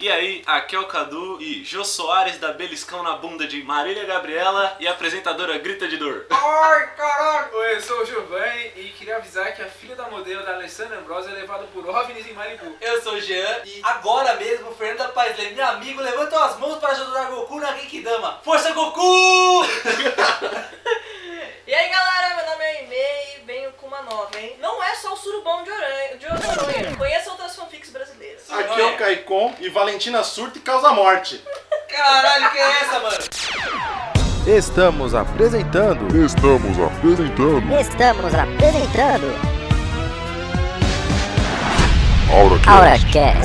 E aí, aqui é o Cadu e Jô Soares dá beliscão na bunda de Marília Gabriela e a apresentadora grita de dor. Ai, caralho! Oi, eu sou o Giovanni e queria avisar que a filha da modelo da Alessandra Ambrosio é levada por OVNIs em Malibu. Eu sou o Jean e agora mesmo o Fernando Paisler, meu amigo, levantou as mãos para ajudar Goku na Genkidama. Força Goku! E aí galera, meu nome é Imei e venho com uma nova, hein? Não é só o surubão de Oran- de Oronha, conheça outras fanfics brasileiras. Aqui é o Caicon e Valentina surta e causa morte. Caralho, que é essa, mano? Estamos apresentando. Estamos apresentando Estamos apresentando AuraCast.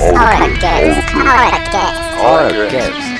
AuraCast. AuraCast. AuraCast. AuraCast. AuraCast.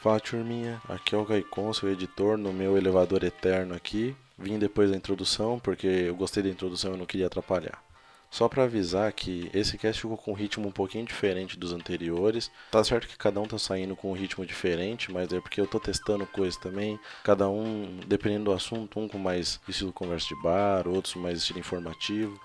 Fala turminha, aqui é o Gaicon, seu editor, no meu elevador eterno aqui. Vim depois da introdução, porque eu gostei da introdução e não queria atrapalhar. Só pra avisar que esse cast ficou com um ritmo um pouquinho diferente dos anteriores. Tá certo que cada um tá saindo com um ritmo diferente, mas é porque eu tô testando coisas também. Cada um, dependendo do assunto, um com mais estilo conversa de bar, outros mais estilo informativo.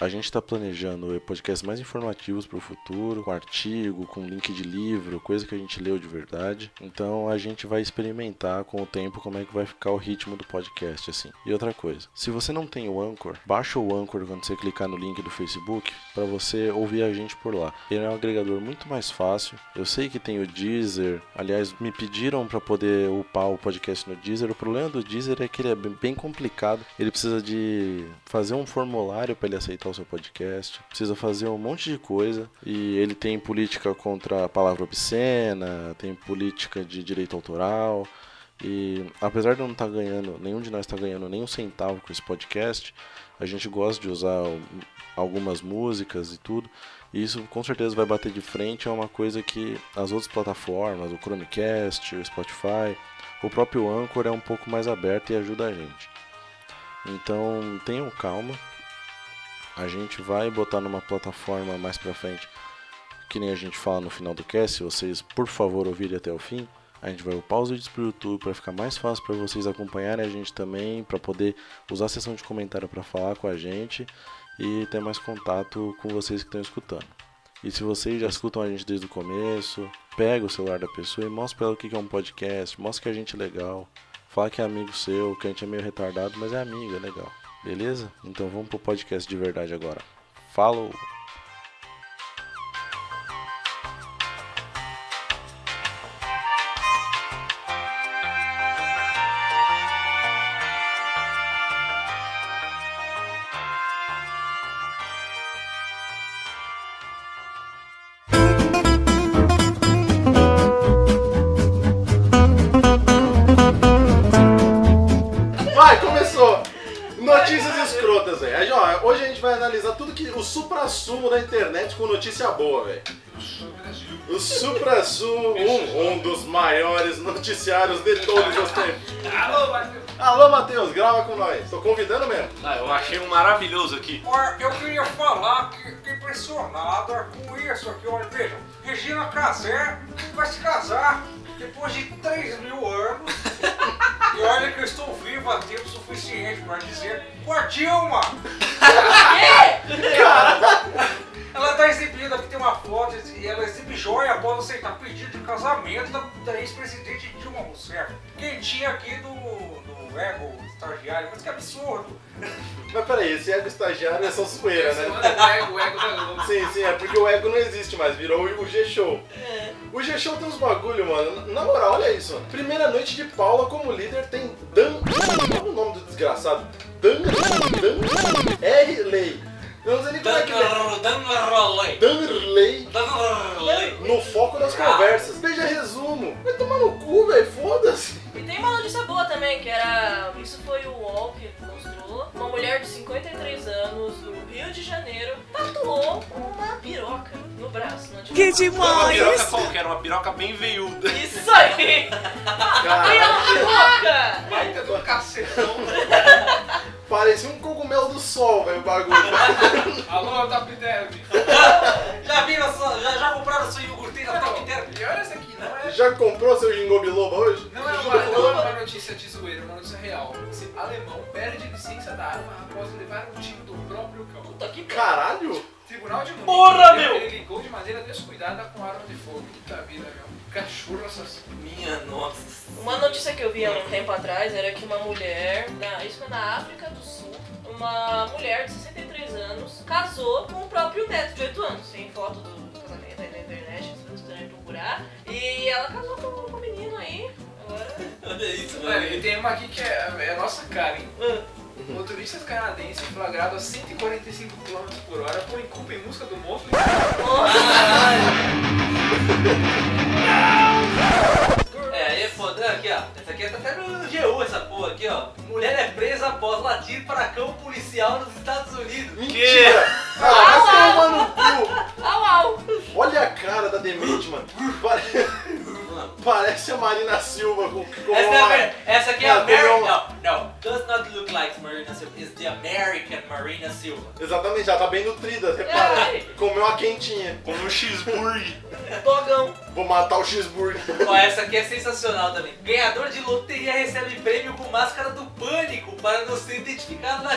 A gente está planejando podcasts mais informativos para o futuro, com artigo, com link de livro, coisa que a gente leu de verdade. Então a gente vai experimentar com o tempo como é que vai ficar o ritmo do podcast assim. E outra coisa, se você não tem o Anchor, baixa o Anchor quando você clicar no link do Facebook para você ouvir a gente por lá. Ele é um agregador muito mais fácil. Eu sei que tem o Deezer. Aliás, me pediram para poder upar o podcast no Deezer. O problema do Deezer é que ele é bem bem complicado. Ele precisa de fazer um formulário para ele aceitar o seu podcast, precisa fazer um monte de coisa e ele tem política contra a palavra obscena, tem política de direito autoral. E apesar de eu não estar ganhando, nenhum de nós está ganhando nem um centavo com esse podcast, a gente gosta de usar o- algumas músicas e tudo. E isso com certeza vai bater de frente, é uma coisa que as outras plataformas, o Chromecast, o Spotify, o próprio Anchor é um pouco mais aberto e ajuda a gente. Então tenham calma. A gente vai botar numa plataforma mais pra frente, que nem a gente fala no final do cast. Se vocês, por favor, ouvirem até o fim, a gente vai upar os vídeos pro YouTube pra ficar mais fácil pra vocês acompanharem a gente também, pra poder usar a seção de comentário pra falar com a gente e ter mais contato com vocês que estão escutando. E se vocês já escutam a gente desde o começo, pega o celular da pessoa e mostra pra ela o que que é um podcast, mostra que a gente é legal, fala que é amigo seu, que a gente é meio retardado, mas é amigo, é legal. Beleza? Então vamos pro podcast de verdade agora. Falou! Vai, começou! Notícias escrotas, velho. Aí, ó, Hoje a gente vai analisar tudo que. O supra-sumo da internet com notícia boa, velho. O supra-sumo, um, um dos maiores noticiários de todos os tempos. Alô, Matheus! Alô, Matheus, grava com nós. Tô convidando mesmo. Ah, eu achei um maravilhoso aqui. Olha, eu queria falar que fiquei impressionada com isso aqui, olha, vejam. Regina Casé vai se casar depois de 3 mil anos. E olha que eu estou vivo há tempo suficiente para dizer com a Dilma! Ela tá exibindo, aqui tem uma foto, e ela exibe joia após aceitar pedido tá de casamento da, da ex-presidente Dilma Rousseff. Quentinha aqui do, do ego estagiário, mas que absurdo! Mas peraí, esse ego estagiário é só zoeira, né? o ego da Globo. Sim, sim, é porque o ego não existe mais, virou o G-Show. O G-Show tem uns bagulho, mano. Na moral, olha isso. mano. Primeira noite de Paula como líder tem Dan. Qual é o nome do desgraçado? Dan. Dan. R. Lei. Eu não sei nem como é que é. Dangaroloi. Dan Ah. Lei Dangaroloi. no foco das conversas. Veja resumo. Vai tomar no cu, velho. Foda-se. E tem uma notícia boa também, que era. Isso foi o UOL que mostrou. Uma mulher de 53 anos, do Rio de Janeiro, tatuou uma piroca no braço. Não que Uma piroca qualquer, uma piroca bem veiuda. Isso aí! Tem Cara, uma piroca! Baita do cacetão. parecia um cogumelo do sol, velho, o bagulho. Alô, Top Derby. Já viram, sua- já, já compraram sua iogurteira Top Term? E olha essa aqui, não é... Já comprou seu gingobiloba hoje? Não é notícia de zoeira, é uma notícia real. Esse alemão perde licença da arma após levar um tiro do próprio cão. Puta que pariu. Caralho! Tribunal de Munique Porra, ele- meu! ele ligou de maneira descuidada com arma de fogo. Puta vida, meu. Cachorro assassino. Minha nossa. Uma notícia que eu vi há um tempo atrás era que uma mulher, na, isso foi na África do Sul, uma mulher de 63 anos casou com o próprio neto de 8 anos. Tem foto do casamento aí na internet, se vocês quiserem procurar. E ela casou com, com o menino aí. Agora. Olha isso, Mano, e velho. tem uma aqui que é, é a nossa cara, hein? Uhum. Motoristas canadenses flagrados a 145 km por hora põem culpa em música do monstro. É, aí é foda. Não, Aqui, ó. Essa aqui tá até no GU, essa porra aqui, ó. Mulher é presa após latir para cão policial nos Estados Unidos. Mentira! Ah, vai tomar no cu! Au au! Olha a cara da demente, mano. Pare- Parece a Marina Silva com, com Essa, é a, uma- ver- essa aqui é Não, a American. pegou Não, não. Does not look like Marina Silva. It's the American Marina Silva. Exatamente, já tá bem nutrida, repara. Comeu uma quentinha. Como um cheeseburger. Dogão! Vou matar o cheeseburger. Ó, essa aqui é sensacional também. Ganhador de loteria recebe prêmio com máscara do pânico para não ser identificado na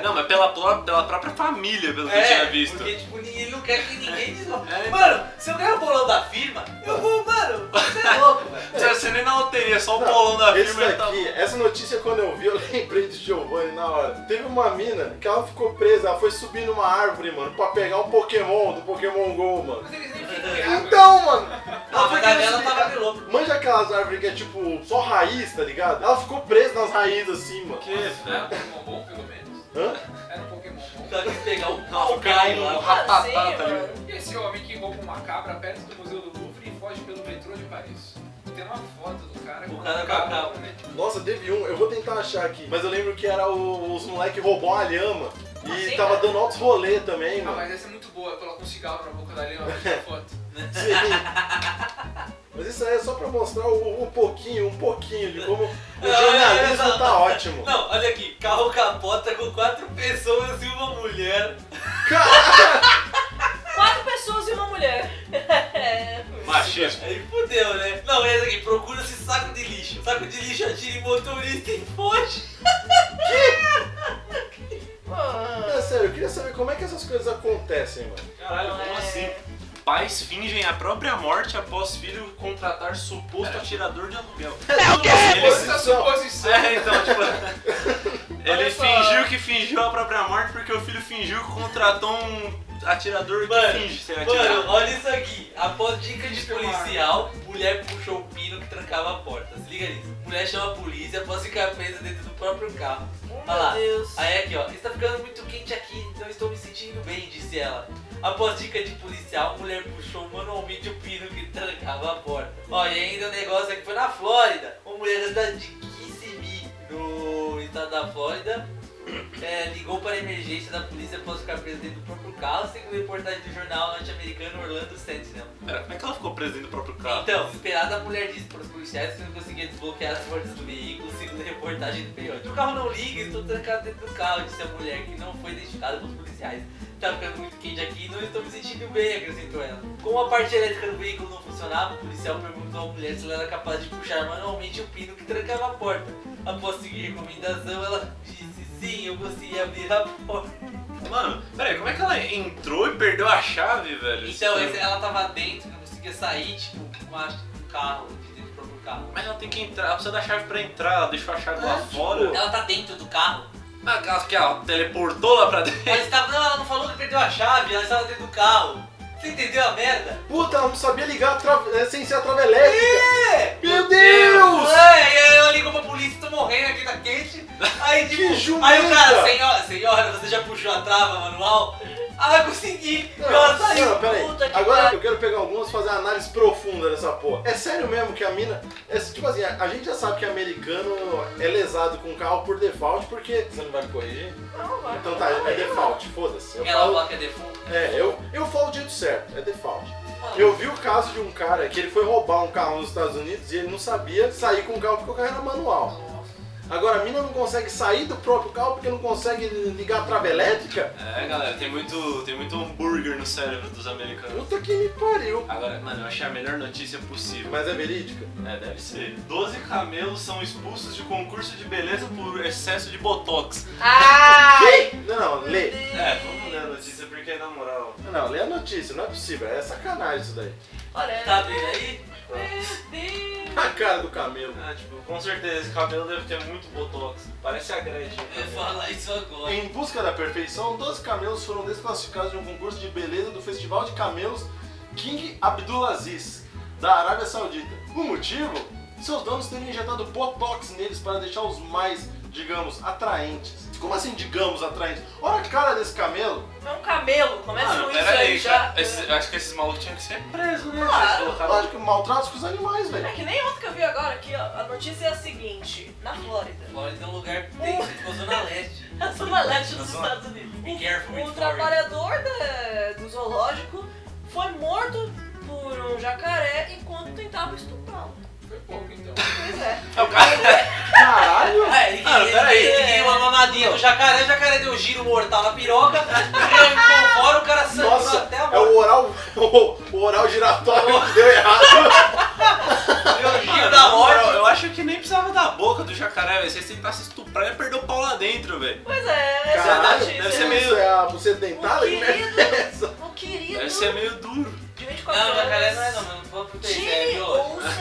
Não, mas pela, pró- pela própria família, pelo que eu tinha visto. Porque, tipo, ninguém ele não quer que ninguém desloque. É. Mano, se eu ganhar o bolão da firma, eu vou, mano, você é louco, velho. Não precisa ser nem na loteria, só o bolão da Esse firma tá e tá tal. daqui, essa notícia quando eu vi, eu lembrei de Giovanni na hora. Teve uma mina que ela ficou presa, ela foi subir numa árvore, mano, pra pegar um Pokémon do Pokémon GO, mano. Mas eles nem ficam em água. Então, mano, A foi verdade querer ela subir- tava de louco. Manja aquelas árvores que é tipo só raiz, tá ligado? Ela ficou presa nas raízes assim, mano. Que, É. Era um velho? Pokémon bom, pelo menos. Hã? Era um Pokémon bom. Ela Então, quis pegar o Não, pau caiu um lá. ratatá, Ah, Sim, tá mano. ligado? E esse homem que rouba uma cabra perto do Museu do Louvre e foge pelo metrô de Paris. Tem uma foto do cara O uma cara com a cabra. né? Nossa, teve um, eu vou tentar achar aqui, mas eu lembro que era o- os moleques roubou uma lhama e Sim. tava dando altos rolê também, Ah, mano. mas essa é muito boa, coloca um cigarro na boca da Lena na foto. Sim. Mas isso aí é só pra mostrar o, o pouquinho, um pouquinho de como o jornalismo tá ótimo. Não, olha aqui, carro capota com quatro pessoas e uma mulher. Quatro pessoas e uma mulher. É. Machismo. Aí fudeu, né? Não, essa aqui, procura esse saco de lixo. Saco de lixo atira em motorista e foge. Pô. É sério, eu queria saber como é que essas coisas acontecem, mano. Caralho, como É. assim? Pais fingem a própria morte após filho contratar suposto atirador de aluguel. É o quê? Ele se... Essa suposição. É, então, tipo. Ele fingiu que fingiu a própria morte porque o filho fingiu que contratou um atirador Mano, que finge ser atirador. Mano, olha isso aqui. Após dica de policial, mulher puxou o pino que trancava a porta. Se liga nisso. Mulher chama a polícia após ficar presa dentro do próprio carro. Olha lá. Oh, Meu Deus. Aí aqui, ó. Está ficando muito quente aqui, então estou me sentindo bem, disse ela. Após dica de policial, mulher puxou manualmente o pino que trancava a porta. Ó, e ainda o negócio aqui foi na Flórida. Uma mulher da cidade de Kissimmee, no estado da Flórida, é, ligou para a emergência da polícia após ficar presa dentro do próprio carro, segundo reportagem do jornal norte-americano Orlando Sentinel. Pera, como é que ela ficou presa dentro do próprio carro? Então, desesperada, a mulher disse para os policiais que não conseguia desbloquear as portas do veículo, segundo a reportagem do periódico. O carro não liga, estou trancado dentro do carro, disse a mulher, que não foi identificada pelos policiais. Tá ficando muito quente aqui e não estou me sentindo bem, acrescentou ela. Como a parte elétrica do veículo não funcionava, o policial perguntou à mulher se ela era capaz de puxar manualmente o pino que trancava a porta. Após seguir recomendação, ela disse sim, eu consegui abrir a porta. Mano, peraí, como é que ela entrou e perdeu a chave, velho? Tipo, Então, ela tava dentro, não conseguia sair, tipo, com a- com o carro, de dentro do próprio carro. Mas ela tem é que entrar, ela precisa da chave pra entrar, ela deixou a chave lá fora. Ela tá dentro do carro. Ah, ela- é que ela teleportou lá pra É. dentro. Ela estava. Não, ela não falou que perdeu a chave, ela estava dentro do carro. Você entendeu a merda? Puta, ela não sabia ligar a tra- eh, sem ser a trava elétrica. É! Meu Deus! Ai, aí ela ligou pra polícia, tô morrendo aqui, tá quente. Aí tipo. Que aí o cara, jumenta! senhora, senhora, você já puxou a trava manual? Ah, eu consegui! Não, ela saiu. não, peraí. puta que Agora pariu. eu quero pegar algumas e fazer uma análise profunda dessa porra. É sério mesmo que a mina. É, tipo assim, a, a gente já sabe que americano é lesado com carro por default, porque. Você não vai me corrigir? Não, vai. Então tá, é default, foda-se. Eu Ela falo, fala que é defunto. é, eu, eu falo o jeito certo, é default. Mano, Eu vi o caso de um cara que ele foi roubar um carro nos Estados Unidos e ele não sabia sair com o carro porque o carro era manual. Agora a mina não consegue sair do próprio carro porque não consegue ligar a trava elétrica. É, galera, tem muito, tem muito hambúrguer no cérebro dos americanos. Puta que me pariu. Agora, mano, eu achei a melhor notícia possível. Mas é verídica. É, deve ser. 12 camelos são expulsos de concurso de beleza por excesso de botox. Ai! Não, não, lê. É, vamos ler a notícia porque, é na moral. Não, lê a notícia, não é possível. É sacanagem isso daí. Olha, Tá né? abrindo aí? meu Deus! A cara do camelo. Ah, tipo, com certeza, esse cabelo deve ter muito botox. Parece a Gretchen. Eu ia falar isso agora. Em busca da perfeição, 12 camelos foram desclassificados de um concurso de beleza do Festival de Camelos King Abdulaziz, da Arábia Saudita. O motivo? Seus donos terem injetado botox neles para deixá-los mais, digamos, atraentes. Como assim, digamos, atraentes? Olha a cara desse camelo. É um camelo, começa Mano, com isso Ah, pera aí, aí, já. é. cara. Esse- eu acho que esses malucos tinham que ser presos, né? Vocês Claro. colocaram- Lógico, maltratos com os animais, velho. É que nem outro que eu vi agora aqui, ó. A notícia é a seguinte: na Flórida, Flórida é um lugar que tem gente zona leste. na zona leste dos zona- Estados Unidos, Be careful um with Flórida. trabalhador da- do zoológico foi morto por um jacaré enquanto tentava estuprá-lo. Foi pouco, então. Pois é. Caralho! Ah, ele Mano, queria, peraí. ele queria uma mamadinha do jacaré, o jacaré deu um giro mortal na piroca, arrancou fora, o cara sangrou Nossa, até a é morte. o oral, o, oral giratório que deu errado. Deu um giro Mano, da na moral, morte. eu acho que nem precisava da boca do jacaré, velho. Se eles tentassem estuprar, ia perder o pau lá dentro, velho. Pois é, essa é a Caralho, notícia. deve ser meio- né? Isso é a buceta O dentada? que merda querido, é essa? o querido Deve ser meio duro. de 24 Não, o anos. jacaré não é não, mano. Vou pro TC, é Jimmy biológico. Olsen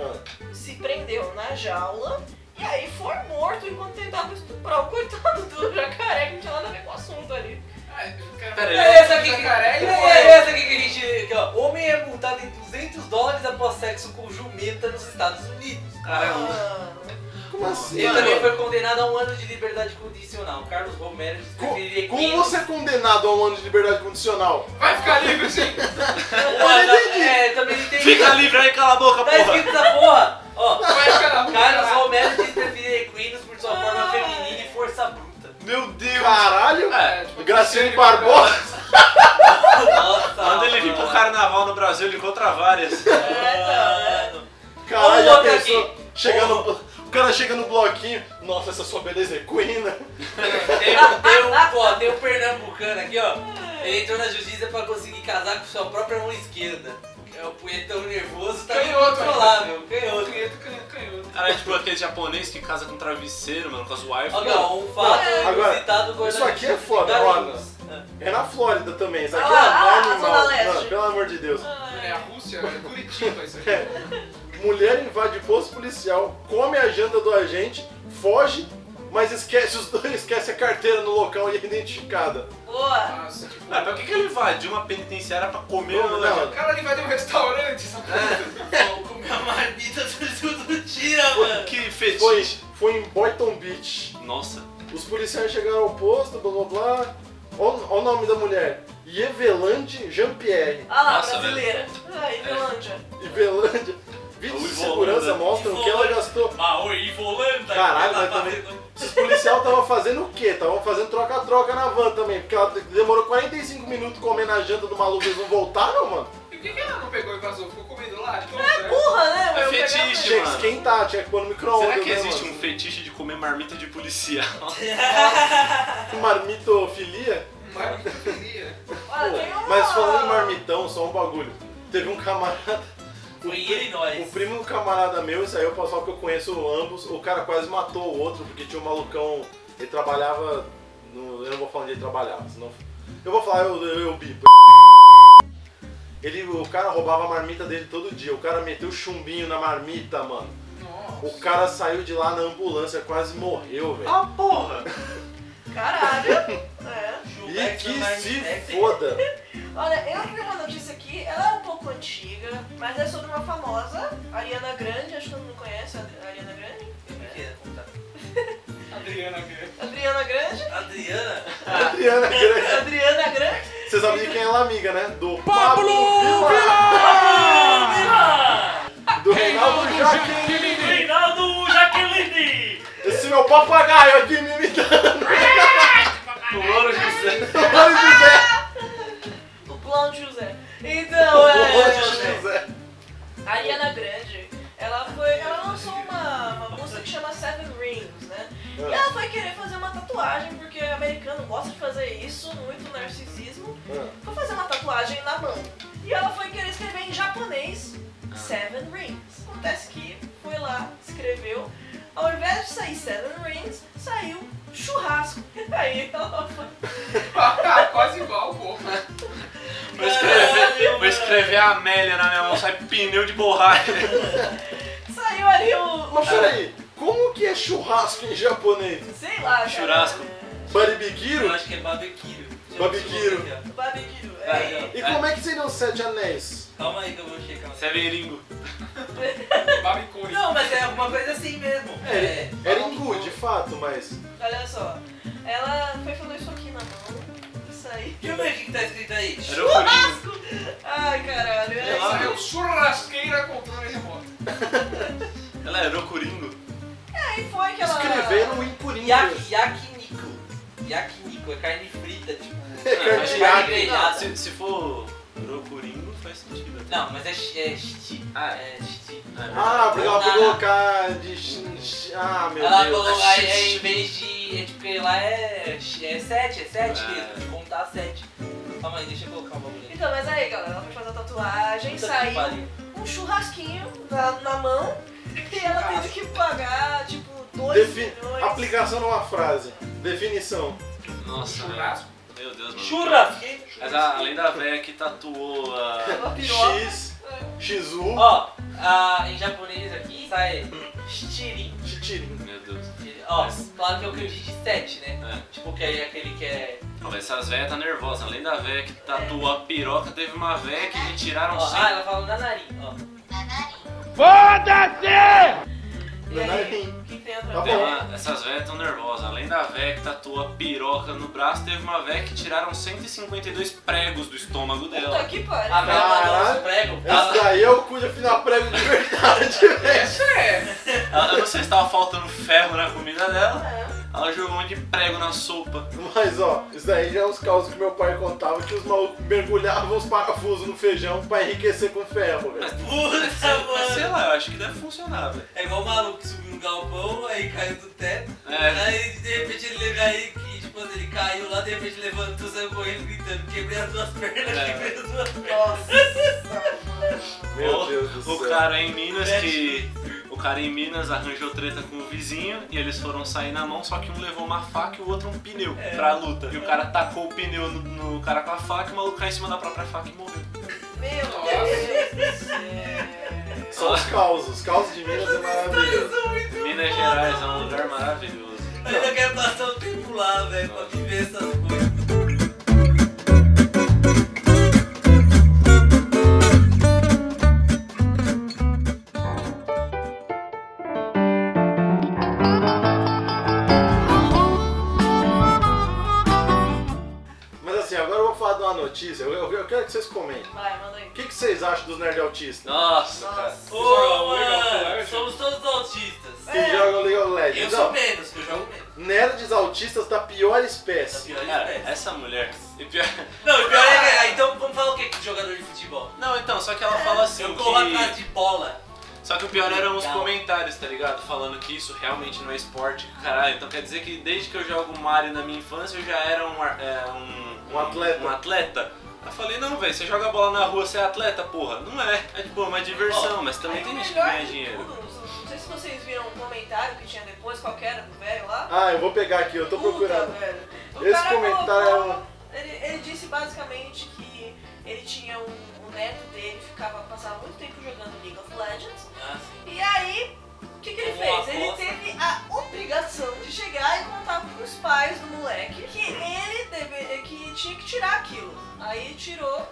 Ah. se prendeu na jaula e aí foi morto enquanto tentava estuprar o coitado do jacaré que não tinha nada a ver com o assunto ali. Peraí. É essa aqui, que- Jacaré e é essa aqui que a gente. que, ó, homem é multado em 200 dólares após sexo com jumenta nos Estados Unidos. Ah. Caramba. Como assim? Ele também mano? foi condenado a um ano de liberdade condicional. Carlos Romero disse que Co- preferiria Como 500 você é condenado a um ano de liberdade condicional? Vai ficar livre sim. Não, não, É, também entendi. Fica livre aí, cala a boca, Tá porra. escrito essa porra! Ó, Vai ficar na rua. tá? Carlos Romero diz preferir equinos por sua forma feminina e força bruta. Meu Deus. Caralho! É, Graciane Barbosa! Nossa! Quando ele vir pro mano. carnaval no Brasil, ele encontra várias. É. ah, Mano. Caralho, Ô, já outra pensou? aqui. Chega no- O cara chega no bloquinho, nossa, essa sua beleza é equina. Tem um, tem um, ó, tem um pernambucano aqui, ó. Ele entrou na justiça pra conseguir casar com sua própria mão esquerda. É o punhetão nervoso, tá Canhoto, incontrolável. Canhoto. Canhoto, canhoto, canhoto. Cara, é tipo aquele japonês que casa com travesseiro, mano, com as wife. Olha, ó, um fato Agora, inusitado com isso aqui é foda, É na Flórida também, isso Ah, aqui é ah, animal. Zona Leste. Mano, pelo amor de Deus. É a Rússia, é Curitiba isso aqui. Mulher invade posto policial, come a janta do agente, foge, mas esquece, os dois, esquece a carteira no local e é identificada. Boa. Nossa, tipo, Ah, pra que, que ele invadiu uma penitenciária pra comer? Não, né? não. o cara ele vai de um restaurante, sabe? Vou comer a marmita, tudo tira, mano. Que fetiche. Foi, foi em Boynton Beach. Nossa. Os policiais chegaram ao posto, blá blá blá. Olha o nome da mulher. Ievelande Jean-Pierre. Olha lá, Nossa, É. brasileira. Ai, Vilândia. Ievelande. Vídeos de segurança mostram que ela gastou. Maui e volanta. Caralho, Tá mas também- fazendo- Esses policiais estavam fazendo o quê? Estavam fazendo troca-troca na van também. Porque ela demorou 45 minutos comendo a janta do maluco. Eles não voltaram, mano? E por que, que ela não pegou e vazou? Ficou comendo lá? Então, né? Burra, né? É Eu pegava- fetiche. Tinha que mano. esquentar, tinha que pôr no micro-ondas. Será que né, existe mano? um fetiche de comer marmita de policial? um Tipo Marmitofilia? Mas não queria. Olha, Pô, Ah, tem uma- Mas falando em marmitão, só um bagulho. Teve um camarada. Foi em O Illinois. primo do camarada meu, isso aí eu posso falar que eu conheço ambos, o cara quase matou o outro porque tinha um malucão, ele trabalhava. no- eu não vou falar onde ele trabalhava, senão. Eu vou falar, eu, eu, eu bipo. Ele, o cara roubava a marmita dele todo dia, o cara meteu chumbinho na marmita, mano. O cara saiu de lá na ambulância, quase morreu, velho. Ah, porra. um- Caralho. É. E que se for. foda! Olha, eu tenho uma notícia aqui, ela é um pouco antiga, mas é sobre uma famosa, Ariana Grande, acho que todo mundo conhece a Ariana Grande. Adriana é? aqui. Adriana Grande? Adriana? Adriana Grande. Adriana Grande? Você sabe de quem ela é amiga, né? Do Pablo Vittar! Do Reinaldo Jaqueline! Reinaldo Jaqueline! Esse meu papagaio aqui me imitando! O Louro José. Olha o José! O Blonde José. Então, Olha o é... José! A Ariana Grande, ela foi. Ela lançou uma, uma música que chama Seven Rings, né? Ah. Ela foi querer fazer uma tatuagem, porque americano gosta de fazer isso, muito narcisismo. Ah. Foi fazer uma tatuagem na mão. E ela foi querer escrever em japonês Ah. Seven Rings. Acontece que foi lá, escreveu. Ao invés de sair Seven Rings, saiu churrasco. Aí ela foi. Ah, tá, Quase igual, pô. Vou escrever, vou escrever a Amélia na minha mão, sai pneu de borracha. Saiu ali um, o. Mas peraí, como que é churrasco em japonês? Sei lá, né? cara. Churrasco. Eu Baribiquiro? acho que é barbecue. Barbecue. Barbecue. Vai, É. E como é que seriam os sete anéis? Calma aí que eu vou checar. é Severingo. Babicone. Não, mas é alguma coisa assim mesmo. É, era Ingu, de fato, mas... Olha só. Ela foi falando isso aqui na mão. Isso aí. Deixa eu ver o que que tá escrito aí. Era o Coringa. Ai, caralho. É isso. Saiu churrasqueira controle remoto. Ela é era o Coringo. Aí foi que ela. Escreveram em Coringa. Yak, yakiniku. Yakiniku é carne frita, tipo. Carne é de carne yak. Ah, grelhada. se, se for Rocuringo, faz sentido. até. Não, mas é chi- é chi. Ah, é chi. Ah, porque ela Não, foi não. colocar de... ch- ch- Ah, meu Ela Deus. colocou aí, aí, em vez de. É tipo, porque lá é 7, é 7 é sete Ah. mesmo, de contar 7. Calma aí, deixa eu colocar o bagulho aqui. Então, mas aí, galera, ela foi fazer a tatuagem, saiu um churrasquinho na, na mão e ela teve que pagar, tipo, dois Defi- milhões. Aplicação numa frase. Definição. Nossa, Churrasco. meu Deus, mano. Churras! Mas a, além da véia que tatuou a. Ela pirou. X, XU, Ó, ah, em japonês aqui sai shirin. Chitirin. Meu Deus. Ó, claro que eu acredito de 7, né? É. Tipo, que aí é aquele que é. Não, mas essas véias tá nervosa. Além da véia que tatuou a piroca, teve uma véia que me tiraram Ó, ah, sempre. ela fala nanarin, ó. E aí, Nanarim. o que tem Tá outra Tem vez? uma- essas véias tão nervosas. Além da véia que tatuou a piroca no braço, teve uma véia que tiraram 152 pregos do estômago Puta dela. que A pariu. velha mandou Caralho. os pregos. Esse daí é o cu de afinar prego de verdade, velho. Ela- Eu não sei se tava faltando ferro na comida dela. É. Ela jogou um monte de prego na sopa. Mas ó, isso daí já é os causos que meu pai contava que os malucos mergulhavam os parafusos no feijão pra enriquecer com ferro, Mas, velho. puta, mas sei lá, eu acho que deve funcionar, velho. É igual o maluco que subiu no galpão, aí caiu do teto. É. Aí de repente ele leva aí que tipo, ele caiu lá, de repente levantou, saiu correndo, gritando, quebrei as duas pernas, É. quebrei as duas pernas. Nossa. Meu o, Deus do céu. o cara em Minas que. O cara em Minas arranjou treta com o vizinho e eles foram sair na mão, só que um levou uma faca e o outro um pneu pra luta. E o cara tacou o pneu no, no cara com a faca e o maluco caiu em cima da própria faca e morreu. Meu Nossa. Deus do céu. São os causos. Os causos de Minas é maravilhoso. Minas Gerais é um lugar maravilhoso. Mas eu quero passar um tempo lá, velho, pra viver essas coisas. Mas assim, agora eu vou falar de uma notícia. Eu, eu- eu quero que vocês comentem. Vai, manda aí. O que, que vocês acham dos nerd autistas? Nossa, cara. Nossa. Ô, mano, somos todos autistas. Que jogam League of Eu Legends. Então. Não, sou menos, que eu jogo menos. nerds autistas da pior Tá espécie. pior de Cara, pés. essa mulher. E pior... Não, o pior é. ah, Então vamos falar o que de jogador de futebol? Não, então, só que ela fala assim. Eu que- corro atrás de bola. Só que o pior eram os Legal. comentários, tá ligado? Falando que isso realmente não é esporte, caralho. Então quer dizer que desde que eu jogo Mario na minha infância eu já era um, ar- é, um, Um atleta. Um atleta. Eu falei, não, velho, você joga bola na rua, você é atleta, porra. Não é. É tipo uma diversão, mas também Aí o tem gente que melhor ganha de dinheiro. tudo, Não sei se vocês viram um comentário que tinha depois, qualquer do velho lá. Ah, eu vou pegar aqui, eu tô Puta, procurando. velho. O Esse cara comentário colocou- é ele, ele disse basicamente que ele tinha um, um neto dele, ficava, passava muito tempo jogando League of Legends. Ah, sim. E aí, o que, que ele Uma fez? Ele aposta. teve a obrigação de chegar e contar pros pais do moleque que ele deve, que tinha que tirar aquilo. Aí tirou.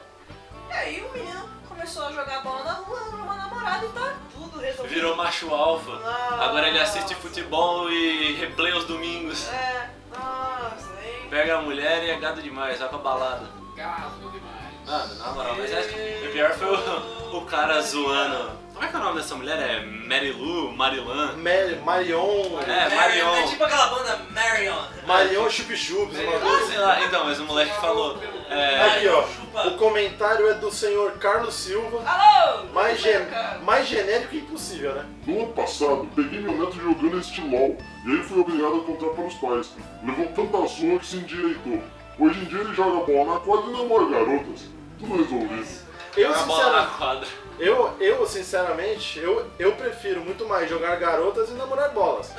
E aí o menino começou a jogar bola na rua, arrumou uma namorada e tá tudo resolvido. Ah, Virou macho alfa. Nossa. Agora ele assiste futebol e replay aos domingos. É, nossa, hein? Pega a mulher e é gado demais, vai pra balada. Gato demais. é Mano, na moral, mas acho que o pior foi o, o cara zoando Como é que é o nome dessa mulher? É Marilu, Marilan? Mary, Marion. É, Marion. É Marion. tipo aquela banda Marion. Marion Chup Chups, uma coisa. assim. Sei lá, então, mas o moleque falou. É, Aqui, ó. Chupa. O comentário é do senhor Carlos Silva. Alô! Mais, Não, gen- Ah, cara. mais genérico impossível, né? No ano passado, peguei meu neto jogando este LOL e aí fui obrigado a contar para os pais. Levou tanta surra que se endireitou. Hoje em dia ele joga bola na quadra e namora garotas. Tudo resolvido. Eu, a bola sinceramente, na quadra. eu, eu, sinceramente eu, eu prefiro muito mais jogar garotas e namorar bolas.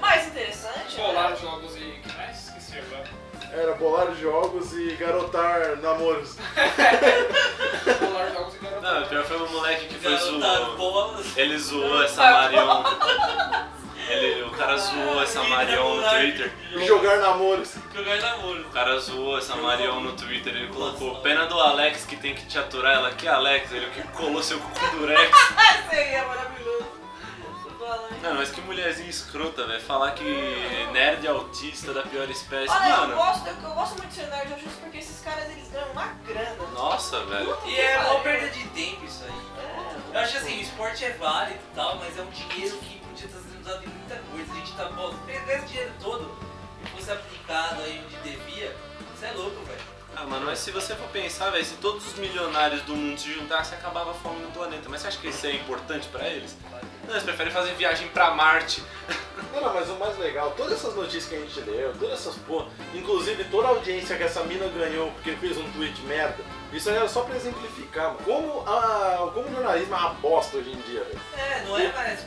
Mais interessante. Bolar os jogos e. que mais? Esqueci agora. Era bolar jogos e garotar namoros. Bolar os jogos e garoto. Não, o pior foi o moleque que foi Garotado, zoou. bolas. Ele zoou essa Marion. Ele, o cara zoou essa Marion no Twitter. E jogar namoros. Jogar namoro. O cara zoou essa Marion no Twitter, ele colocou pena do Alex que tem que te aturar ela aqui, Alex, ele que colou seu cu com durex. Ah, seria maravilhoso. Fala aí. Não, mas que mulherzinha escrota, velho. Falar que nerd é autista da pior espécie. Olha, eu Mano, gosto, eu, eu gosto muito de ser nerd, eu acho isso porque esses caras eles ganham uma grana. nossa, velho. Puta E que é pariu. uma perda de tempo isso aí. Eu acho assim, o esporte é válido e tal, mas é um dinheiro que podia estar sendo usado em muita coisa. A gente tá bom, pegar esse dinheiro todo e fosse aplicado aí onde devia, isso é louco, velho. Ah, mano, mas se você for pensar, velho, se todos os milionários do mundo se juntassem, acabava a fome no planeta. Mas você acha que isso é importante pra eles? Não, eles preferem fazer viagem pra Marte. Não, não, mas o mais legal, todas essas notícias que a gente leu, todas essas porra, inclusive toda a audiência que essa mina ganhou porque fez um tweet merda, isso aí era só pra exemplificar, mano. Como, a, como o jornalismo é uma bosta hoje em dia, velho. É, não é mais.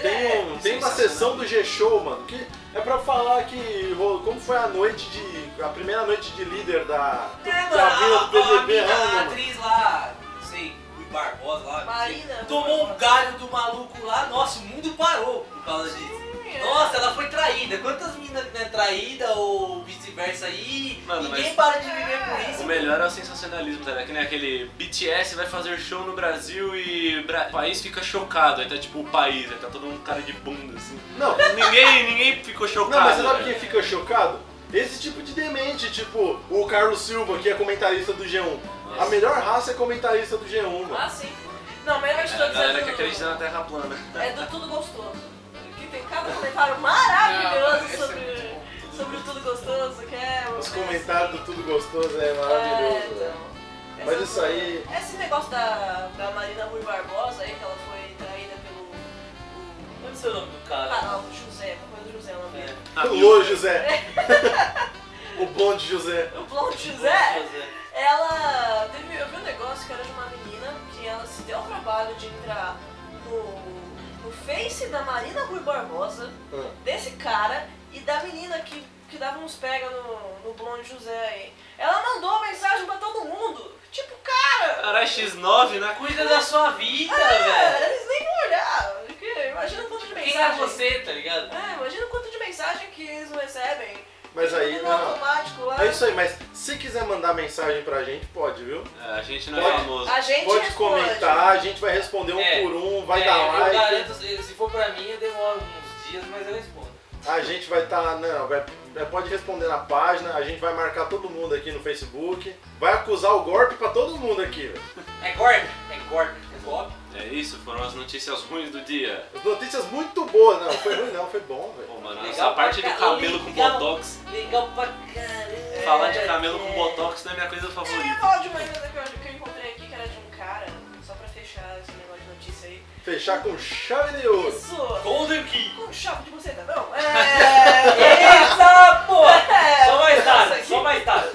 Tem, um- é, tem uma sensacional. sessão do G-Show, mano, que é pra falar que ro- como foi a noite de. a primeira noite de líder da. É, mano, da mina a, do a, a BBB mina, Ana, a mano. atriz lá, não sei, Rui Barbosa lá, não sei, Marina. tomou um galho do maluco lá, nossa, o mundo parou por causa disso. Nossa, ela foi traída. Quantas minas não é traída ou vice-versa aí? Mano, mas- Ninguém para de viver por O isso. melhor é o sensacionalismo, tá ligado? Que nem aquele BTS vai fazer show no Brasil e Bra- o país fica chocado. Aí tá tipo o país, aí tá todo mundo com cara de bunda assim. Não, Ninguém, ninguém ficou Não, mas chocado. né? você sabe velho. quem fica chocado? Esse tipo de demente, tipo o Carlos Silva, que é comentarista do G1. A melhor raça é comentarista do G1, mano. Ah, sim. Não, melhor de É, a todos galera que é acredita do, na Terra plana. é do Tudo Gostoso. Que tem cada comentário maravilhoso Não, esse é Tá sobre, sobre o Tudo Gostoso, que é... Os comentários do Tudo Gostoso é É, maravilhoso, então. velho. Essa Mas isso foi- aí- Esse negócio da, da Marina Rui Barbosa aí, que ela foi traída pelo... o- Qual é o seu nome do cara? Ah, o José, uma coisa do José, o nome dele. Ah, Alô, José! o blonde José. O Blond é José, ela teve, eu vi um negócio que era de uma menina que ela se deu ao trabalho de entrar no, no Face da Marina Rui Barbosa, Ah. desse cara e da menina que, que dava uns pega no, no Blond José aí. Ela mandou uma mensagem pra todo mundo, tipo, cara, Caralho, X9, né? Cuida da sua vida, velho. É, cara, eles nem vão olhar, porque imagina o quanto de Quem é mensagem. você, tá ligado? É, imagina o quanto de mensagem que eles não recebem. Mas aí, Tudo no não. automático lá. É isso aí, mas se quiser mandar mensagem pra gente, pode, viu? É, a gente não é Pode. famoso. A gente Pode responde. comentar, a gente vai responder um É. por um, vai É, dar eu like. garanto, se se for pra mim, eu demoro uns dias, mas eu respondo. A gente vai estar. não, vai- vai- pode responder na página, a gente vai marcar todo mundo aqui no Facebook. Vai acusar o golpe pra todo mundo aqui, velho. É golpe, é golpe, é golpe. É isso, foram as notícias ruins do dia. As Notícias muito boas, não, foi ruim não, foi bom, velho. Pô, mano, Legal essa pra parte do caralho, cabelo com legal. botox. Legal pra caramba. Falar de cabelo com É. botox não é minha coisa Eu ia favorita. falar de uma coisa que eu, que eu encontrei aqui, que era de um cara, só pra fechar esse negócio de notícia aí. Fechar com chave de ouro. Isso! Golden Key. Com chave de buceta, não? É... Eita, porra! é... Só mais tarde, aqui. só mais tarde.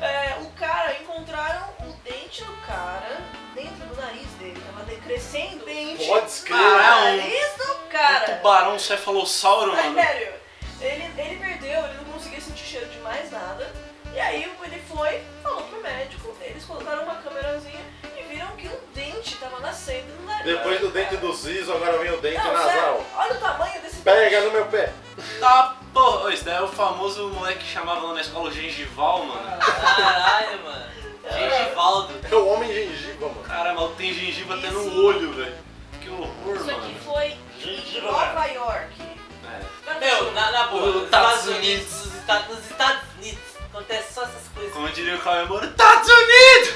É, o cara, encontraram o dente do cara dentro do nariz dele. Tava decrescendo o dente Pode do crer. nariz do Um cara. tubarão cefalossauro, mano. Sério. Ele, ele perdeu, ele não conseguia sentir cheiro de mais nada. E aí ele foi, falou pro médico, eles colocaram uma câmerazinha e viram que um dente tava nascendo no nariz. Depois do dente do siso, agora vem o dente Não, nasal. sério, olha o tamanho desse Pega dente. no meu pé. Tá, pô, esse daí é o famoso moleque que chamavam na escola o gengival, mano. Caralho, mano. Gengivaldo. É o homem gengiva, mano. Cara, mal tem gengiva até Isso. no olho, velho. Que horror, Isso aqui mano. foi em Nova York. Tá É, Meu, na, na boa, Os nos Estados Estados Unidos, nos Estados, nos Estados Unidos, acontece só essas coisas. É, como "Tá diria o Cauê Moro, Estados Unidos!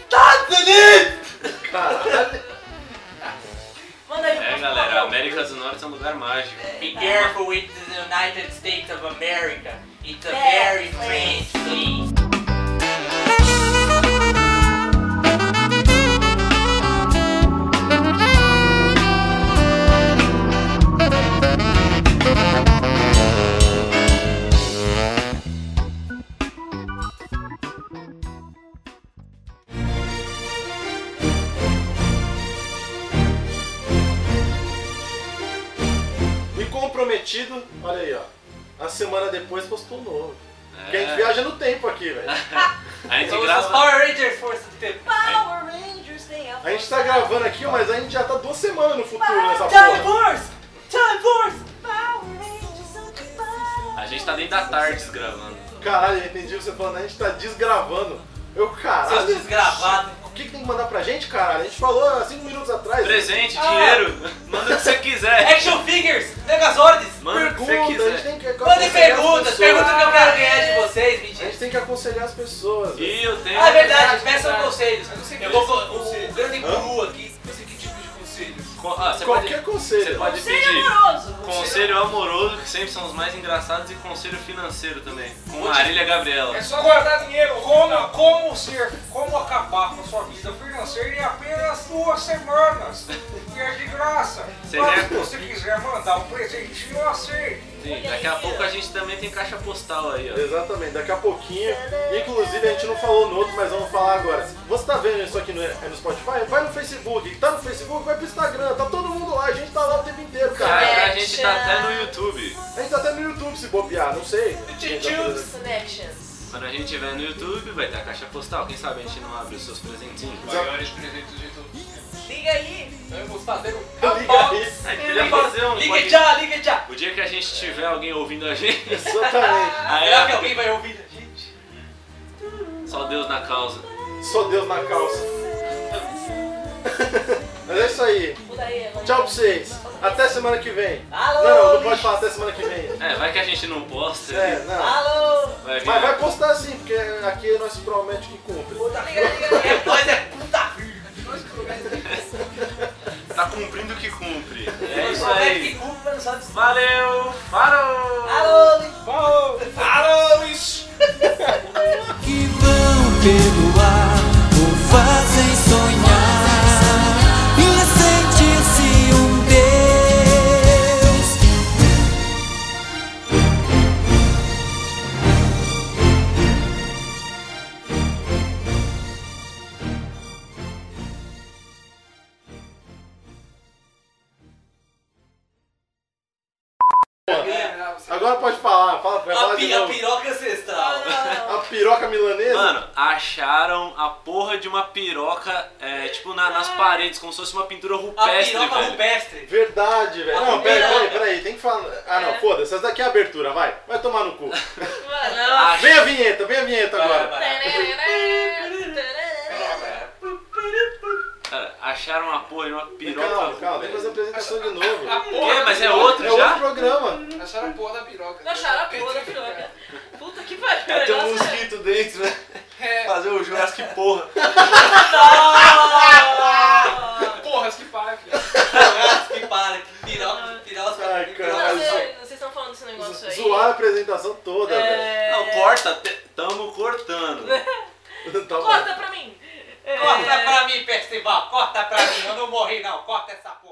Estados Unidos! Caralho. Manda aí o É, próximo galera, a papel. América do Norte é um lugar mágico. Be careful with the United States of America. It's a Yeah, very please. strange place. E comprometido, olha aí, ó. A semana depois postou um novo. Porque a gente É. viaja no tempo aqui, velho. A gente Somos os grava. é um Power Rangers Força do Tempo. Power Rangers tem a A gente tá gravando aqui, ó, mas a gente já tá duas semanas no futuro Ah, nessa porra. Time Force! Time Force! A gente tá dentro da tarde gravando. Caralho, eu entendi você falando, a gente tá desgravando. Eu, Seus caralho. desgravados. O que, que tem que mandar pra gente, caralho? A gente falou há cinco minutos atrás. Presente, dinheiro, Ah. manda o que você quiser. Action Figures! Megazords! Manda o que Pergunta, você a gente quiser. tem que Mandem aconselhar as perguntas! pessoas. Perguntas que eu quero ganhar de vocês, A gente mentira. tem que aconselhar as pessoas. velho. E eu tenho. Ah, é verdade, peçam conselhos. Eu não sei Eu qual é vou esse co- o conselho. grande Hã? guru aqui. Não sei que tipo de conselhos. Co- ah, você pode, Qualquer você conselho. pode é Sem pedir. amoroso. Conselho amoroso, que sempre são os mais engraçados, e conselho financeiro também, com a Marília Gabriela. É só guardar dinheiro. Como, como ser, como acabar com sua vida financeira em apenas duas semanas. E é de graça. Seria- Mas né? se você quiser mandar um presente, eu aceito. Sim, daqui a pouco a gente também tem caixa postal aí, ó. Exatamente, daqui a pouquinho. Inclusive a gente não falou no outro, mas vamos falar agora. Você tá vendo isso aqui no, é no Spotify? Vai no Facebook. Tá no Facebook, vai pro Instagram. Tá todo mundo lá, a gente tá lá o tempo inteiro, cara. Cara, a gente tá até no YouTube. A gente tá até no YouTube se bobear, não sei. tá Connections. Quando a gente tiver no YouTube, vai ter a caixa postal. Quem sabe a gente não abre os seus presentinhos. Maiores presentes de todos os tempos. Liga aí. Vamos fazer um Liga aí. Aí queria fazer um. Liga já, liga já! O dia que a gente tiver alguém ouvindo a gente, Exatamente. aí Ah, Será que é alguém vai ouvir a gente? só Deus na causa. Só Deus na calça. Mas é isso aí. Muda aí, Evan. Tchau pra vocês. Até semana que vem. Alô! Não, não, não pode lixo. falar até semana que vem. É, vai que a gente não posta. É, não. Alô! Vai vir- Mas vai postar sim, porque aqui é nós promete que cumpre. Liga, liga, liga. É nós é puta Tá cumprindo o que cumpre. É Nós isso promete aí. que cumpre, mas não sabe se- Valeu! Falou! Alô, Lixo. que vão pelo ar o fazem sonhar e sentir-se um Deus. Agora pode falar, fala pra A, ela de pi, a novo. piroca Ah, ancestral. A piroca milanesa? Mano, acharam a porra de uma piroca, é, tipo, na- nas paredes, como se fosse uma pintura A rupestre, piroca velho. rupestre. Verdade, velho. Não, peraí, piroca. peraí, peraí, tem que falar. Ah, não, foda-se, essa daqui é a abertura, vai. Vai tomar no cu. Mano. Vem a vinheta, vem a vinheta agora. É. Cara, acharam a porra de uma piroca Calma, calma, tem rupestre. que fazer a apresentação de novo. A O quê? porra. Mas é outro É já? outro programa. Acharam a porra da piroca. Acharam a porra da piroca. Puta que pariu. Vai ter um negócio é- mosquito dentro, né? É, Fazer o Jurassic porra. porras que para, filho. Que para, que piroca, piroca, Ai, piroca. cara. Não, você- Vocês estão falando desse negócio aí. Zoar a apresentação toda, É... Não, corta, te- tamo cortando. velho. Tá bom. Corta pra mim. É, Corta pra mim, Percival, corta pra mim. Eu não morri não, corta essa porra.